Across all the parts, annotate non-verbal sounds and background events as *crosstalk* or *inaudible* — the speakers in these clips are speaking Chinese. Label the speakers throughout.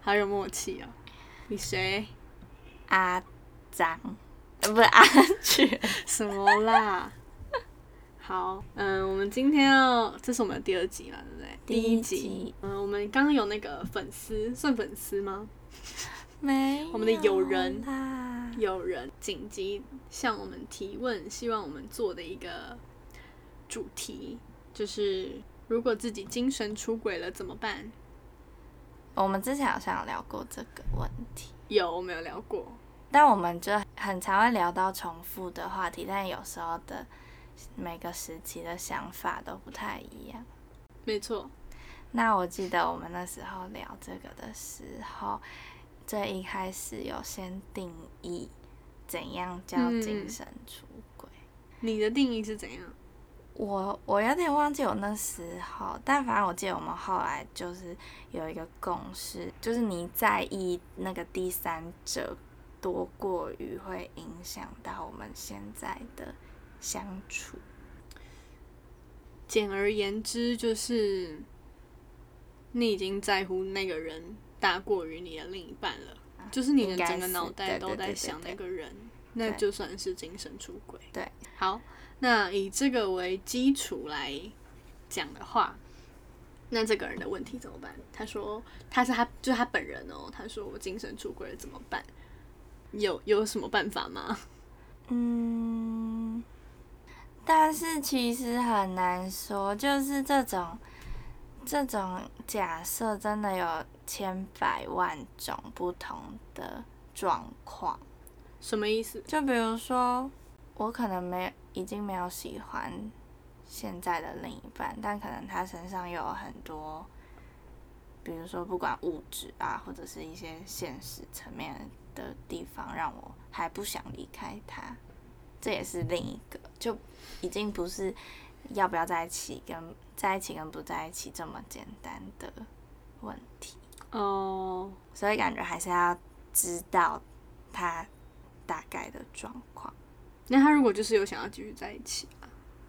Speaker 1: 好有默契哦。你 *laughs* 谁？
Speaker 2: *laughs* 阿张，呃不是阿全，
Speaker 1: 什么啦？好，嗯，我们今天要，这是我们的第二集嘛，对不对？
Speaker 2: 第
Speaker 1: 一
Speaker 2: 一
Speaker 1: 集。
Speaker 2: 集
Speaker 1: 嗯，我们刚刚有那个粉丝，算粉丝吗？
Speaker 2: 没
Speaker 1: 我们的友人
Speaker 2: 有啦，
Speaker 1: 有人紧急向我们提问，希望我们做的一个主题就是，如果自己精神出轨了怎么办？
Speaker 2: 我们之前好像有聊过这个问题，
Speaker 1: 有，我们有聊过。
Speaker 2: 但我们就很常会聊到重复的话题，但有时候的每个时期的想法都不太一样。
Speaker 1: 没错，
Speaker 2: 那我记得我们那时候聊这个的时候，最一开始有先定义怎样叫
Speaker 1: 嗯
Speaker 2: 精神出轨。
Speaker 1: 你的定义是怎样？
Speaker 2: 我我有点忘记我那时候，但反正我记得我们后来就是有一个共识，就是你在意那个第三者多过于会影响到我们现在的相处。
Speaker 1: 简而言之，就是你已经在乎那个人大过于你的另一半了，就是你
Speaker 2: 啊
Speaker 1: 的
Speaker 2: 应该
Speaker 1: 整个
Speaker 2: 是
Speaker 1: 脑袋
Speaker 2: 对
Speaker 1: 都
Speaker 2: 对对
Speaker 1: 在
Speaker 2: 对
Speaker 1: 想
Speaker 2: 对
Speaker 1: 那个人，那
Speaker 2: 对
Speaker 1: 就算是精神出轨。
Speaker 2: 对，
Speaker 1: 好，那以这个为基础来讲的话，那这个人的问题怎么办？他说他是他就是他本人哦，他说我精神出轨了怎么办？有有什么办法吗？
Speaker 2: 嗯，但是其实很难说，就是这种这种假设真的有千百万种不同的状况。
Speaker 1: 什么意思？
Speaker 2: 就比如说，我可能没已经没有喜欢现在的另一半，但可能他身上有很多，比如说不管物质啊，或者是一些现实层面的地方，让我还不想离开他。这也是另一个，就已经不是要不要在一起跟在一起跟不在一起这么简单的问题。
Speaker 1: 哦、
Speaker 2: 所以感觉还是要知道他大概的状况，
Speaker 1: 那他如果就是有想要继续在一起啊，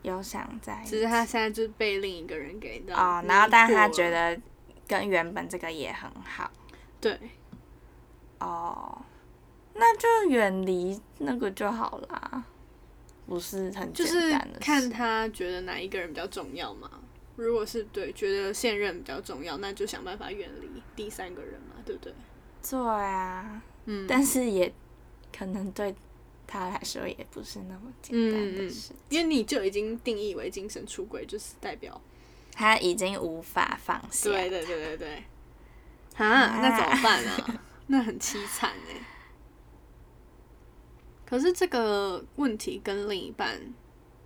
Speaker 2: 有想在一起
Speaker 1: 只是他现在就是被另一个人给的
Speaker 2: 哦，然后但他觉得跟原本这个也很好
Speaker 1: 对，
Speaker 2: 哦，那就远离那个就好啦，不是很
Speaker 1: 就
Speaker 2: 简
Speaker 1: 是
Speaker 2: 单的事
Speaker 1: 看他觉得哪一个人比较重要嘛。如果是对觉得现任比较重要，那就想办法远离第三个人嘛，对不对？
Speaker 2: 对啊，
Speaker 1: 嗯，
Speaker 2: 但是也可能对他来说也不是那么简单
Speaker 1: 嗯嗯
Speaker 2: 的事，
Speaker 1: 因为你就已经定义为精神出轨，就是代表
Speaker 2: 他已经无法放下，
Speaker 1: 对对对对对，啊，那怎么办啊？ *laughs* 那很凄惨哎、可是这个问题跟另一半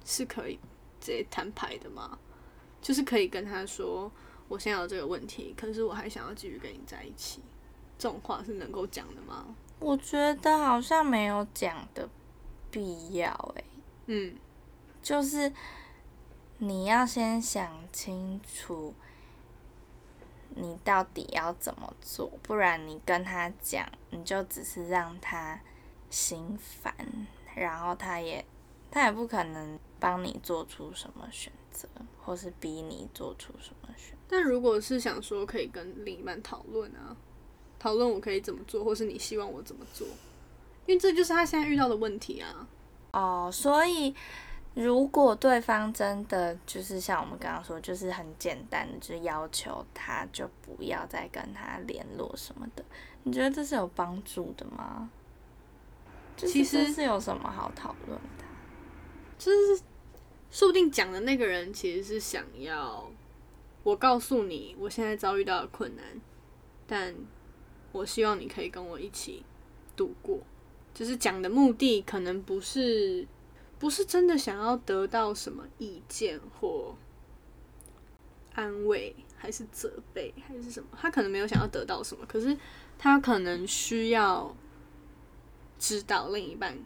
Speaker 1: 是可以直接摊牌的吗？就是可以跟他说，我现在有这个问题，可是我还想要继续跟你在一起，这种话是能够讲的吗？
Speaker 2: 我觉得好像没有讲的必要欸诶、
Speaker 1: 嗯，
Speaker 2: 就是你要先想清楚你到底要怎么做，不然你跟他讲，你就只是让他心烦，然后他也他也不可能帮你做出什么选择，或是逼你做出什么选择。
Speaker 1: 但如果是想说可以跟另一半讨论啊，讨论我可以怎么做，或是你希望我怎么做，因为这就是他现在遇到的问题啊。
Speaker 2: 哦，所以如果对方真的就是像我们刚刚说，就是很简单的，就是要求他就不要再跟他联络什么的，你觉得这是有帮助的吗？就是
Speaker 1: 其实
Speaker 2: 这是有什么好讨论的啊？
Speaker 1: 说不定讲的那个人其实是想要我告诉你我现在遭遇到的困难，但我希望你可以跟我一起度过。就是讲的目的可能不是不是真的想要得到什么意见或安慰，还是责备，还是什么？他可能没有想要得到什么，可是他可能需要知道另一半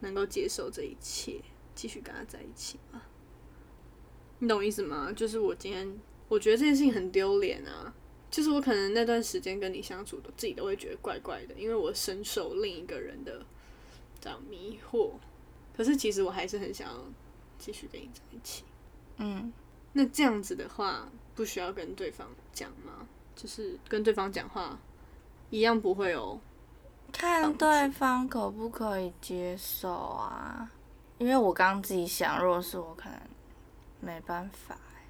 Speaker 1: 能够接受这一切。继续跟他在一起嘛。你懂我意思吗？就是我今天，我觉得这件事情很丢脸啊。就是我可能那段时间跟你相处的，自己都会觉得怪怪的，因为我深受另一个人的这样迷惑。可是其实我还是很想要继续跟你在一起。
Speaker 2: 嗯，
Speaker 1: 那这样子的话，不需要跟对方讲吗？就是跟对方讲话，一样不会哦有
Speaker 2: 看对方可不可以接受啊？因为我刚刚自己想，如果是我，可能没办法欸，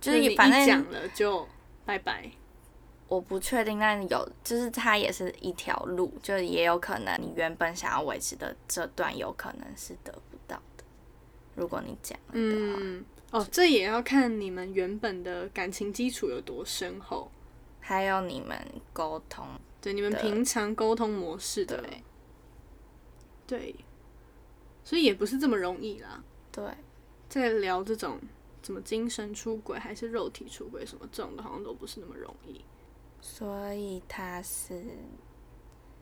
Speaker 2: 就
Speaker 1: 就是
Speaker 2: 是
Speaker 1: 你一
Speaker 2: 反正
Speaker 1: 讲了就拜拜。
Speaker 2: 我不确定，但有就是它也是一条路，就也有可能你原本想要维持的这段，有可能是得不到的。如果你讲了的话，
Speaker 1: 嗯，哦，这也要看你们原本的感情基础有多深厚，
Speaker 2: 还有你们沟通，
Speaker 1: 对你们
Speaker 2: 对
Speaker 1: 平常沟通模式的，
Speaker 2: 对
Speaker 1: 对，所以也不是这么容易啦。
Speaker 2: 对，
Speaker 1: 在聊这种什么精神出轨还是肉体出轨什么这种的，好像都不是那么容易。
Speaker 2: 所以他是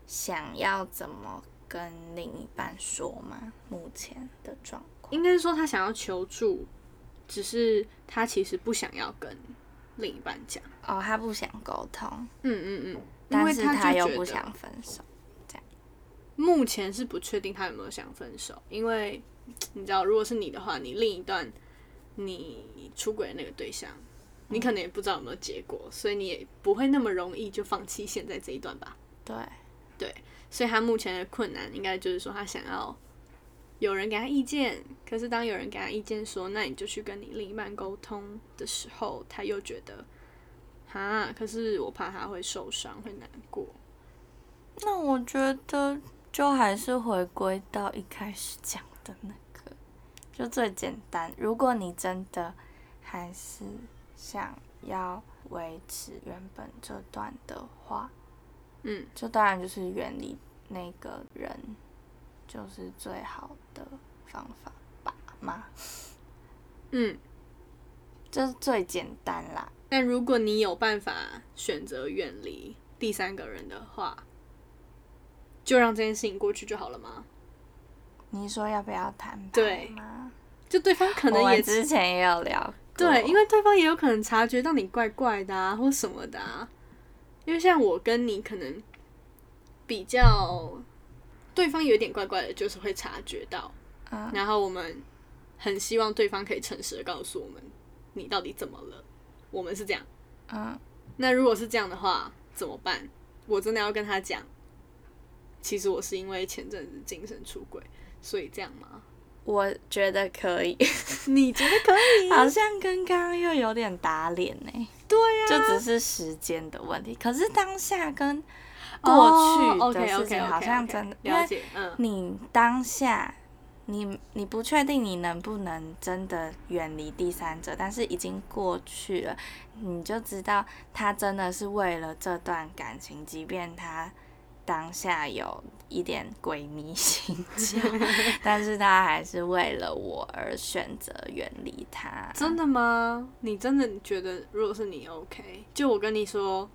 Speaker 2: 想要怎么跟另一半说吗？目前的状况，
Speaker 1: 应该是说他想要求助，只是他其实不想要跟另一半讲。
Speaker 2: 哦，他不想沟通，
Speaker 1: 嗯嗯嗯，因
Speaker 2: 但
Speaker 1: 为
Speaker 2: 是
Speaker 1: 就
Speaker 2: 他又
Speaker 1: 觉
Speaker 2: 不
Speaker 1: 得
Speaker 2: 想分手，
Speaker 1: 目前是不确定他有没有想分手，因为你知道，如果是你的话，你另一段你出轨的那个对象，你可能也不知道有没有结果，所以你也不会那么容易就放弃现在这一段吧。
Speaker 2: 对，
Speaker 1: 所以他目前的困难应该就是说，他想要有人给他意见，可是当有人给他意见说，那你就去跟你另一半沟通的时候，他又觉得，哈，可是我怕他会受伤，会难过。
Speaker 2: 那我觉得就还是回归到一开始讲的那个，就最简单。如果你真的还是想要维持原本这段的话，
Speaker 1: 嗯，
Speaker 2: 就当然就是远离那个人，就是最好的方法吧嘛，
Speaker 1: 嗯，
Speaker 2: 这是最简单啦。
Speaker 1: 但如果你有办法选择远离第三个人的话，就让这件事情过去就好了吗？
Speaker 2: 你说要不要谈
Speaker 1: 对
Speaker 2: 判吗？
Speaker 1: 就对方可
Speaker 2: 我
Speaker 1: 能
Speaker 2: 们
Speaker 1: 也
Speaker 2: 之前也有聊过，
Speaker 1: 对，因为对方也有可能察觉到你怪怪的啊，或什么的啊。因为像我跟你可能比较，对方有点怪怪的，就是会察觉到，
Speaker 2: 嗯
Speaker 1: 然后我们很希望对方可以诚实的告诉我们你到底怎么了。我们是这样。
Speaker 2: 嗯，
Speaker 1: 那如果是这样的话，怎么办？我真的要跟他讲，其实我是因为前阵子精神出轨，所以这样吗？
Speaker 2: 我觉得可以。
Speaker 1: 你觉得可以？
Speaker 2: 好像跟刚刚又有点打脸呢、
Speaker 1: 对啊呀、
Speaker 2: 就只是时间的问题。可是当下跟
Speaker 1: 哦
Speaker 2: 过去的
Speaker 1: OK，OK，OK，OK，
Speaker 2: 事情好像真的，因
Speaker 1: 了
Speaker 2: 为
Speaker 1: 解，嗯，
Speaker 2: 你当下你你不确定你能不能真的远离第三者，但是已经过去了，你就知道他真的是为了这段感情，即便他。当下有一点鬼迷心窍，
Speaker 1: *laughs*
Speaker 2: 但是他还是为了我而选择远离他。
Speaker 1: 真的吗？你真的觉得，如果是你 OK，就我跟你说，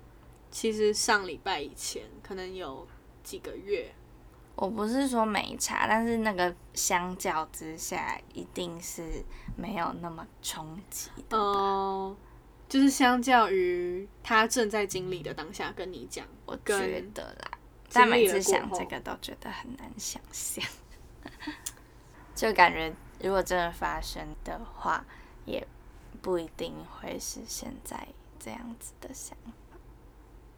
Speaker 1: 其实上礼拜以前可能有几个月，
Speaker 2: 我不是说没差，但是那个相较之下，一定是没有那么冲击的。
Speaker 1: 哦、就是相较于他正在经历的当下跟你讲，
Speaker 2: 我
Speaker 1: 跟
Speaker 2: 觉得啦，
Speaker 1: 经
Speaker 2: 但每
Speaker 1: 历了
Speaker 2: 次想
Speaker 1: 过后
Speaker 2: 这个都觉得很难想象， *laughs* 就感觉如果真的发生的话，也不一定会是现在这样子的想法。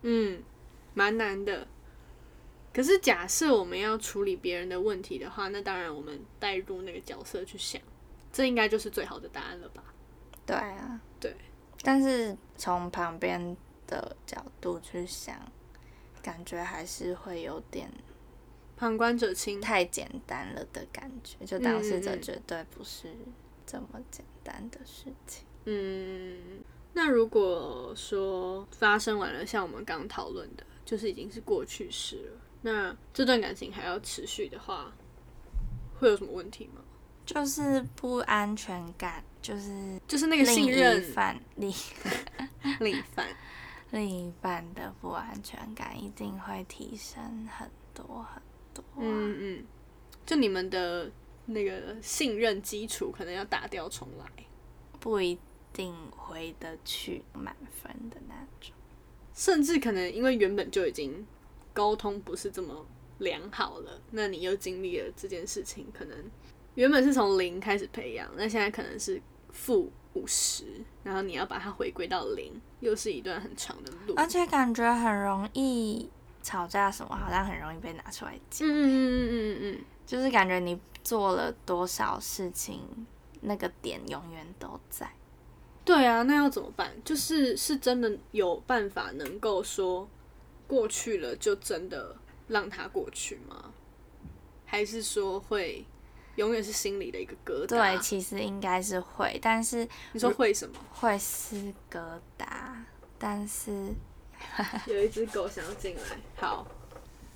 Speaker 1: 嗯，蛮难的。可是假设我们要处理别人的问题的话，那当然我们带入那个角色去想，这应该就是最好的答案了吧？
Speaker 2: 对啊，
Speaker 1: 对。
Speaker 2: 但是从旁边的角度去想，感觉还是会有点
Speaker 1: 旁观者清，
Speaker 2: 太简单了的感觉，就当事者绝对不是这么简单的事情。
Speaker 1: 嗯，那如果说发生完了，像我们刚讨论的，就是已经是过去式了，那这段感情还要持续的话，会有什么问题吗？
Speaker 2: 就是不安全感，就是
Speaker 1: 就是那个
Speaker 2: 另
Speaker 1: 信
Speaker 2: 一
Speaker 1: 任
Speaker 2: 半另
Speaker 1: 另一半，
Speaker 2: 另一半的不安全感一定会提升很多很多、啊
Speaker 1: 嗯嗯，就你们的那个信任基础可能要打掉重来。
Speaker 2: 不一定回得去满分的那种。
Speaker 1: 甚至可能因为原本就已经沟通不是这么良好了，那你又经历了这件事情，可能原本是从零开始培养，那现在可能是负五十，然后你要把它回归到零，又是一段很长的路。
Speaker 2: 而且感觉很容易吵架什么，好像很容易被拿出来讲，
Speaker 1: 嗯嗯嗯嗯嗯，
Speaker 2: 就是感觉你做了多少事情，那个点永远都在。
Speaker 1: 对啊，那要怎么办？就是是真的有办法能够说过去了就真的让它过去吗？还是说会永远是心里的一个疙瘩？
Speaker 2: 对，其实应该是会，但是
Speaker 1: 你说会什么？
Speaker 2: 会是疙瘩，但是
Speaker 1: 有一只狗想要进来，好，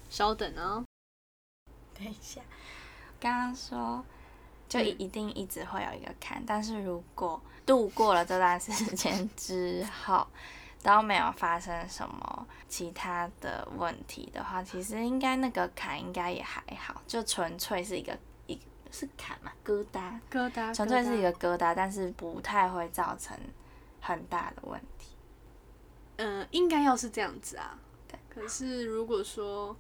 Speaker 1: 稍等哦。
Speaker 2: *laughs* 等一下，嗯刚刚说就一一定一直会有一个坎，但是如果度过了这段时间 *laughs* 之后，都没有发生什么其他的问题的话，其实应该那个坎应该也还好，就纯粹是一个一是坎嘛疙瘩，
Speaker 1: 疙瘩，
Speaker 2: 纯粹是一个啊疙瘩，但是不太会造成很大的问题。
Speaker 1: 嗯、呃，应该要是这样子啊。
Speaker 2: 对
Speaker 1: 可是如果说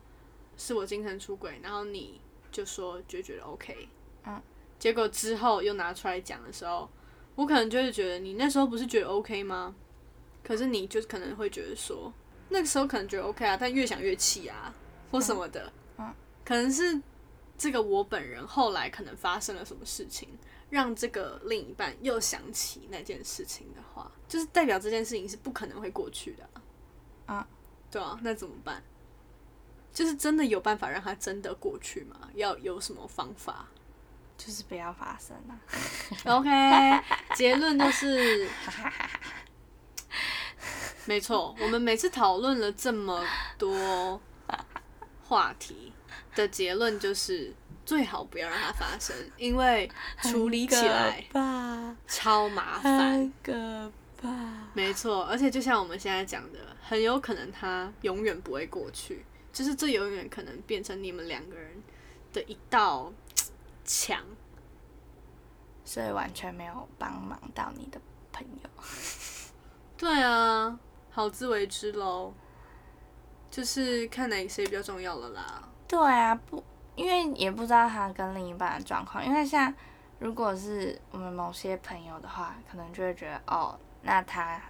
Speaker 1: 是我精神出轨，然后你就说就觉得 OK，
Speaker 2: 嗯，
Speaker 1: 结果之后又拿出来讲的时候，我可能就会觉得你那时候不是觉得 OK 吗？可是你就可能会觉得说，那个时候可能觉得 OK 啊，但越想越气啊，或什么的，
Speaker 2: 嗯嗯
Speaker 1: 可能是这个我本人后来可能发生了什么事情，让这个另一半又想起那件事情的话，就是代表这件事情是不可能会过去的啊
Speaker 2: 啊
Speaker 1: 对啊，那怎么办？就是真的有办法让它真的过去吗？要有什么方法
Speaker 2: 就是不要发生 *laughs* 啊！
Speaker 1: ？OK，结论就是，没错，我们每次讨论了这么多话题的结论就是，最好不要让它发生，因为处理起来
Speaker 2: 吧，
Speaker 1: 超麻
Speaker 2: 哎
Speaker 1: 烦。
Speaker 2: 可怕。
Speaker 1: 没错，而且就像我们现在讲的，很有可能它永远不会过去，就是这永远可能变成你们两个人的一道墙。
Speaker 2: 所以完全没有帮忙到你的朋友。
Speaker 1: 对啊，好自为之喽，就是看哪谁比较重要了啦。
Speaker 2: 对啊，不，因为也不知道他跟另一半的状况，因为像如果是我们某些朋友的话，可能就会觉得哦，那他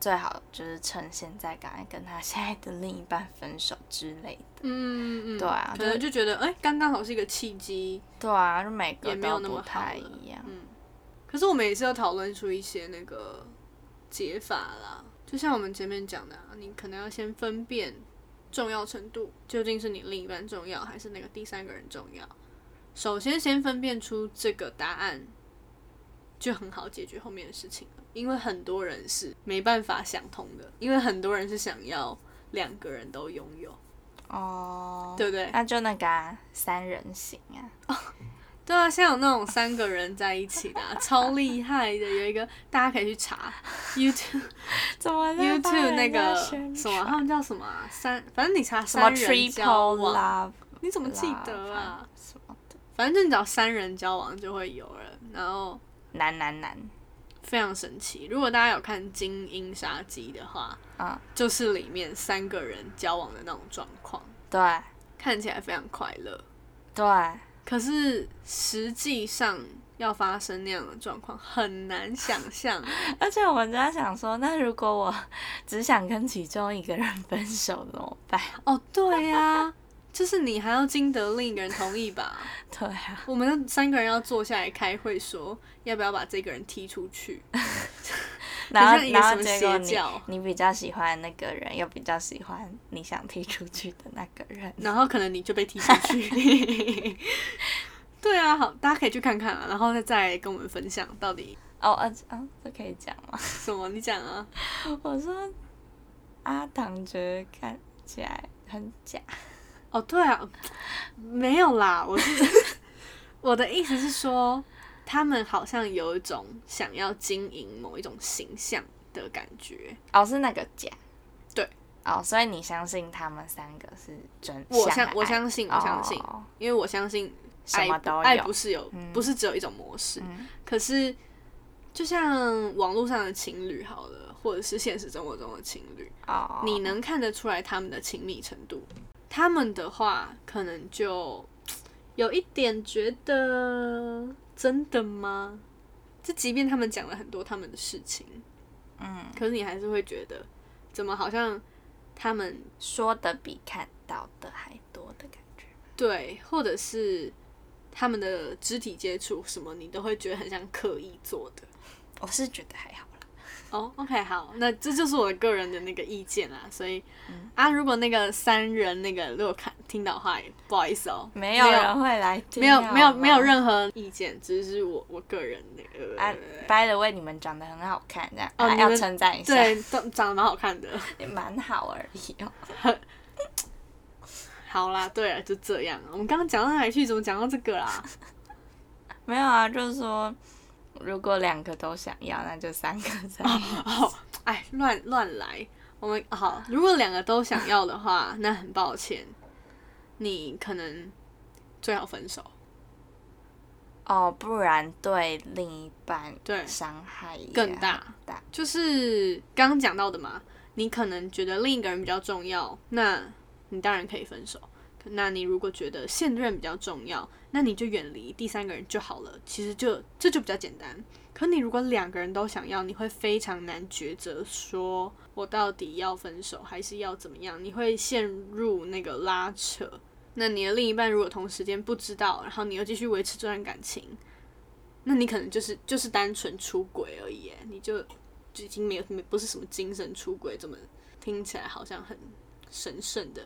Speaker 2: 最好就是趁现在赶快跟他现在的另一半分手之类的。
Speaker 1: 嗯嗯，
Speaker 2: 对啊
Speaker 1: 可能就觉得哎，刚刚好是一个契机。
Speaker 2: 对啊，就每个
Speaker 1: 也没有
Speaker 2: 都
Speaker 1: 那么
Speaker 2: 不
Speaker 1: 好
Speaker 2: 太
Speaker 1: 了
Speaker 2: 一样。
Speaker 1: 嗯，可是我们也是要讨论出一些那个解法啦，就像我们前面讲的、啊，你可能要先分辨重要程度，究竟是你另一半重要还是那个第三个人重要。首先，先分辨出这个答案，就很好解决后面的事情了。因为很多人是没办法想通的，因为很多人是想要两个人都拥有，
Speaker 2: 哦，
Speaker 1: 对不对？
Speaker 2: 那就那个、啊、三人行啊，
Speaker 1: 对啊，现在有那种三个人在一起的啊、超厉害的。有一个大家可以去查 YouTube
Speaker 2: 怎么在帮
Speaker 1: YouTube
Speaker 2: 人
Speaker 1: 那
Speaker 2: 家
Speaker 1: 个
Speaker 2: 哎宣
Speaker 1: 什么，
Speaker 2: 传
Speaker 1: 他们叫什么、啊、三，反正你查
Speaker 2: 什么
Speaker 1: 三人交
Speaker 2: triple
Speaker 1: 往，
Speaker 2: love，
Speaker 1: 你怎么记得啊？
Speaker 2: 什么的，
Speaker 1: 反正你找三人交往就会有了，然后
Speaker 2: 男男男
Speaker 1: 非常神奇。如果大家有看《精英杀机》的话，
Speaker 2: 啊、
Speaker 1: 就是里面三个人交往的那种状况，
Speaker 2: 对
Speaker 1: 看起来非常快乐，
Speaker 2: 对，
Speaker 1: 可是实际上要发生那样的状况很难想象。
Speaker 2: 而且我们就在想说，那如果我只想跟其中一个人分手怎么办？
Speaker 1: 哦，对呀、 *laughs* 就是你还要经得另一个人同意吧？
Speaker 2: 对
Speaker 1: *laughs*
Speaker 2: 啊，
Speaker 1: 我们三个人要坐下来开会，说要不要把这个人踢出去。
Speaker 2: *laughs* 然后
Speaker 1: 像一个
Speaker 2: 然
Speaker 1: 什
Speaker 2: 后
Speaker 1: 么
Speaker 2: 结果
Speaker 1: 邪
Speaker 2: 你
Speaker 1: 教
Speaker 2: 你比较喜欢那个人，又比较喜欢你想踢出去的那个人，
Speaker 1: 然后可能你就被踢出去。 *laughs* 对啊，好，大家可以去看看啊，然后再再跟我们分享到底
Speaker 2: 哦，而且啊，这可以讲吗？
Speaker 1: 什么？你讲啊，
Speaker 2: 我说阿唐觉得看起来很假，
Speaker 1: 哦，对啊，没有啦，我是
Speaker 2: *laughs*
Speaker 1: 我的意思是说，他们好像有一种想要经营某一种形象的感觉。
Speaker 2: 哦，是那个假，
Speaker 1: 对，
Speaker 2: 哦，所以你相信他们三个是真？
Speaker 1: 我
Speaker 2: 相
Speaker 1: 相
Speaker 2: 爱
Speaker 1: 我相信，我相信，
Speaker 2: 哦
Speaker 1: 因为我相信
Speaker 2: 什
Speaker 1: 爱
Speaker 2: 么
Speaker 1: 不
Speaker 2: 都
Speaker 1: 爱
Speaker 2: 有
Speaker 1: 不是有、
Speaker 2: 嗯
Speaker 1: 不是只有一种模式，
Speaker 2: 嗯
Speaker 1: 可是就像网络上的情侣好了，或者是现实生活中的情侣，
Speaker 2: 哦，
Speaker 1: 你能看得出来他们的亲密程度。他们的话，可能就有一点觉得真的吗？就即便他们讲了很多他们的事情，
Speaker 2: 嗯，
Speaker 1: 可是你还是会觉得，怎么好像他们
Speaker 2: 说的比看到的还多的感觉。
Speaker 1: 对，或者是他们的肢体接触什么，你都会觉得很像刻意做的。
Speaker 2: 我是觉得还好啦，
Speaker 1: 哦、o k 好，那这就是我个人的那个意见啦。所以、啊，如果那个三人那个如果看听到的话，也不好意思哦，
Speaker 2: 没有人会来听，
Speaker 1: 没有没有
Speaker 2: 好吗
Speaker 1: 没有。任何意见，只是我我个人的、
Speaker 2: 啊
Speaker 1: 呃，
Speaker 2: ，by the way，你们长得很好看，这样、
Speaker 1: 哦
Speaker 2: 啊、
Speaker 1: 你
Speaker 2: 要
Speaker 1: 们
Speaker 2: 称赞一下，
Speaker 1: 对，都长得蛮好看的。 *laughs*
Speaker 2: 也蛮好而已哦。
Speaker 1: 好啦，对啊了，就这样。我们刚刚讲到哪里去？怎么讲到这个啊啦？
Speaker 2: 没有啊，就是说，如果两个都想要，那就三个在。
Speaker 1: 哦，哎，乱乱来。我们啊好，如果两个都想要的话，那很抱歉，你可能最好分手。
Speaker 2: 哦，不然对另一半
Speaker 1: 对
Speaker 2: 伤害也
Speaker 1: 更大
Speaker 2: 很大。
Speaker 1: 就是刚刚讲到的嘛，你可能觉得另一个人比较重要，那你当然可以分手。那你如果觉得现任比较重要，那你就远离第三个人就好了。其实就这就比较简单。可你如果两个人都想要，你会非常难抉择，说我到底要分手还是要怎么样？你会陷入那个拉扯。那你的另一半如果同时间不知道，然后你又继续维持这段感情，那你可能就是就是单纯出轨而已耶，你就就已经没有没不是什么精神出轨，这么听起来好像很神圣
Speaker 2: *laughs*
Speaker 1: 的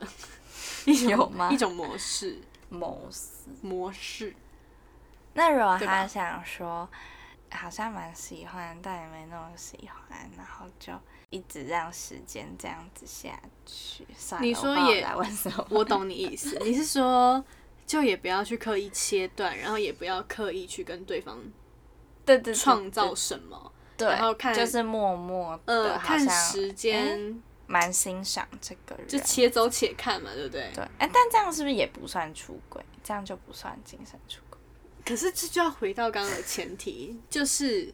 Speaker 1: 一种
Speaker 2: 有吗
Speaker 1: 一种模式
Speaker 2: 某死。
Speaker 1: 模式。
Speaker 2: 那如果
Speaker 1: 对吧
Speaker 2: 他想说，好像蛮喜欢，但也没那么喜欢，然后就一直让时间这样子下去，算了，
Speaker 1: 你
Speaker 2: 我
Speaker 1: 说
Speaker 2: 不知道
Speaker 1: 也
Speaker 2: 来问什么？
Speaker 1: 我懂你意思，你是说就也不要去刻意切断，然后也不要刻意去跟对方
Speaker 2: 对对对
Speaker 1: 创造什么，
Speaker 2: 对，
Speaker 1: 然后看
Speaker 2: 就是默默
Speaker 1: 呃，
Speaker 2: 的，好
Speaker 1: 看
Speaker 2: 像哎
Speaker 1: 时间
Speaker 2: 蛮欣赏这个人，
Speaker 1: 就且走且看嘛，对不对？
Speaker 2: 对，哎，但这样是不是也不算出轨？这样就不算精神出轨。
Speaker 1: 可是这就要回到刚刚的前提，就是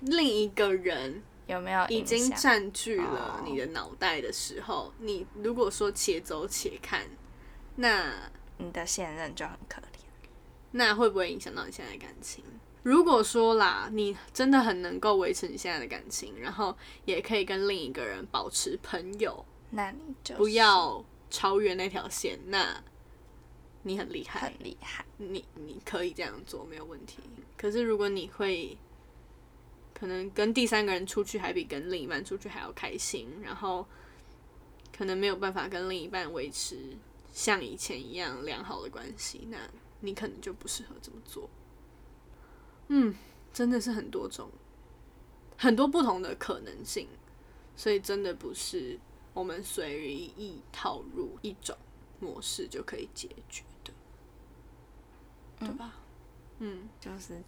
Speaker 1: 另一个人
Speaker 2: 有没有
Speaker 1: 已
Speaker 2: 影
Speaker 1: 经
Speaker 2: 响
Speaker 1: 占据了
Speaker 2: 哦
Speaker 1: 你的脑袋的时候，你如果说且走且看，那
Speaker 2: 你的现任就很可怜。
Speaker 1: 那会不会影响到你现在的感情？如果说啦，你真的很能够维持你现在的感情，然后也可以跟另一个人保持朋友，
Speaker 2: 那你就是
Speaker 1: 不要超越那条线，那你很厉害
Speaker 2: 很，厉害，
Speaker 1: 你你可以这样做没有问题。可是如果你会，可能跟第三个人出去还比跟另一半出去还要开心，然后可能没有办法跟另一半维持像以前一样良好的关系，那你可能就不适合这么做。嗯，真的是很多种，很多不同的可能性，所以真的不是我们随意套入一种模式就可以解决的，对吧？嗯，
Speaker 2: 就是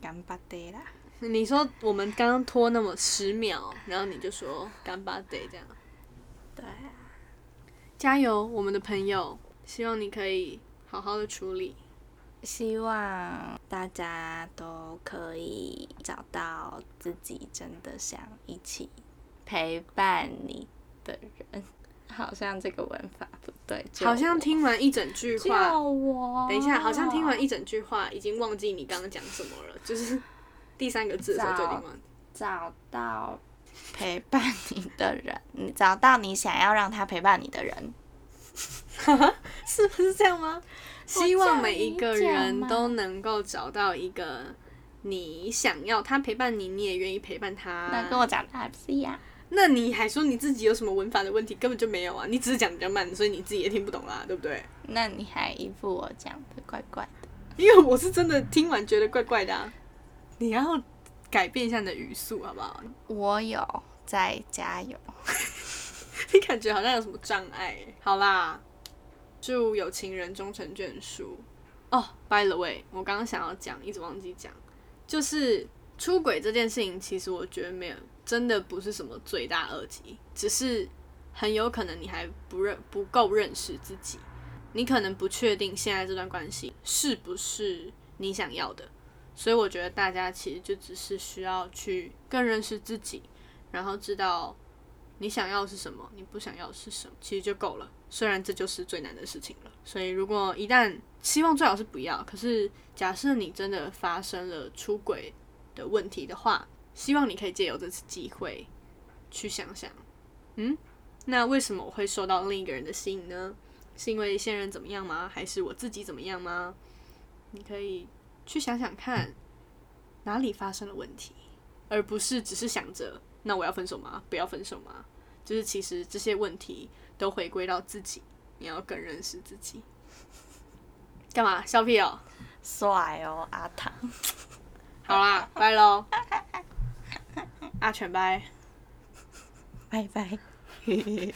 Speaker 2: 干巴爹啦。
Speaker 1: 你说我们刚刚拖那么十秒，然后你就说干巴得这样，
Speaker 2: 对啊，
Speaker 1: 加油，我们的朋友，希望你可以好好的处理。
Speaker 2: 希望大家都可以找到自己真的想一起陪伴你的人。好像这个文法不对，救
Speaker 1: 好像
Speaker 2: 我
Speaker 1: 听完一整句
Speaker 2: 救
Speaker 1: 话，
Speaker 2: 我。
Speaker 1: 等一下，好像听完一整句话，已经忘记你刚刚讲什么了，就是第三个字的时候就已经忘记。
Speaker 2: 找到陪伴你的人，你找到你想要让他陪伴你的人。
Speaker 1: *laughs* 是不是这样吗？希望每一个
Speaker 2: 这样理解
Speaker 1: 人
Speaker 2: 吗
Speaker 1: 都能够找到一个你想要他陪伴你，你也愿意陪伴他。
Speaker 2: 那跟我讲的还不是一样？
Speaker 1: 那你还说你自己有什么文法的问题？根本就没有啊！你只是讲得比较慢，所以你自己也听不懂啦，对不对？
Speaker 2: 那你还一副我讲的怪怪的。
Speaker 1: 因为我是真的听完觉得怪怪的、啊，你要改变一下你的语速好不好？
Speaker 2: 我有在加油，
Speaker 1: *laughs* 你感觉好像有什么障碍欸。好啦，祝有情人终成眷属。哦、b y the way，我刚刚想要讲，一直忘记讲，就是出轨这件事情，其实我觉得没有，真的不是什么罪大恶极，只是很有可能你还不认不够认识自己，你可能不确定现在这段关系是不是你想要的，所以我觉得大家其实就只是需要去更认识自己，然后知道你想要的是什么，你不想要的是什么，其实就够了。虽然这就是最难的事情了，所以如果一旦希望最好是不要，可是假设你真的发生了出轨的问题的话，希望你可以借由这次机会去想想，嗯，那为什么我会受到另一个人的吸引呢？是因为现任怎么样吗？还是我自己怎么样吗？你可以去想想看哪里发生了问题，而不是只是想着那我要分手吗？不要分手吗？就是其实这些问题都回归到自己，你要更认识自己。干嘛笑屁哦？
Speaker 2: 帅哦，阿唐，
Speaker 1: 好啦，拜喽，阿全拜。
Speaker 2: 拜拜。嘿嘿嘿。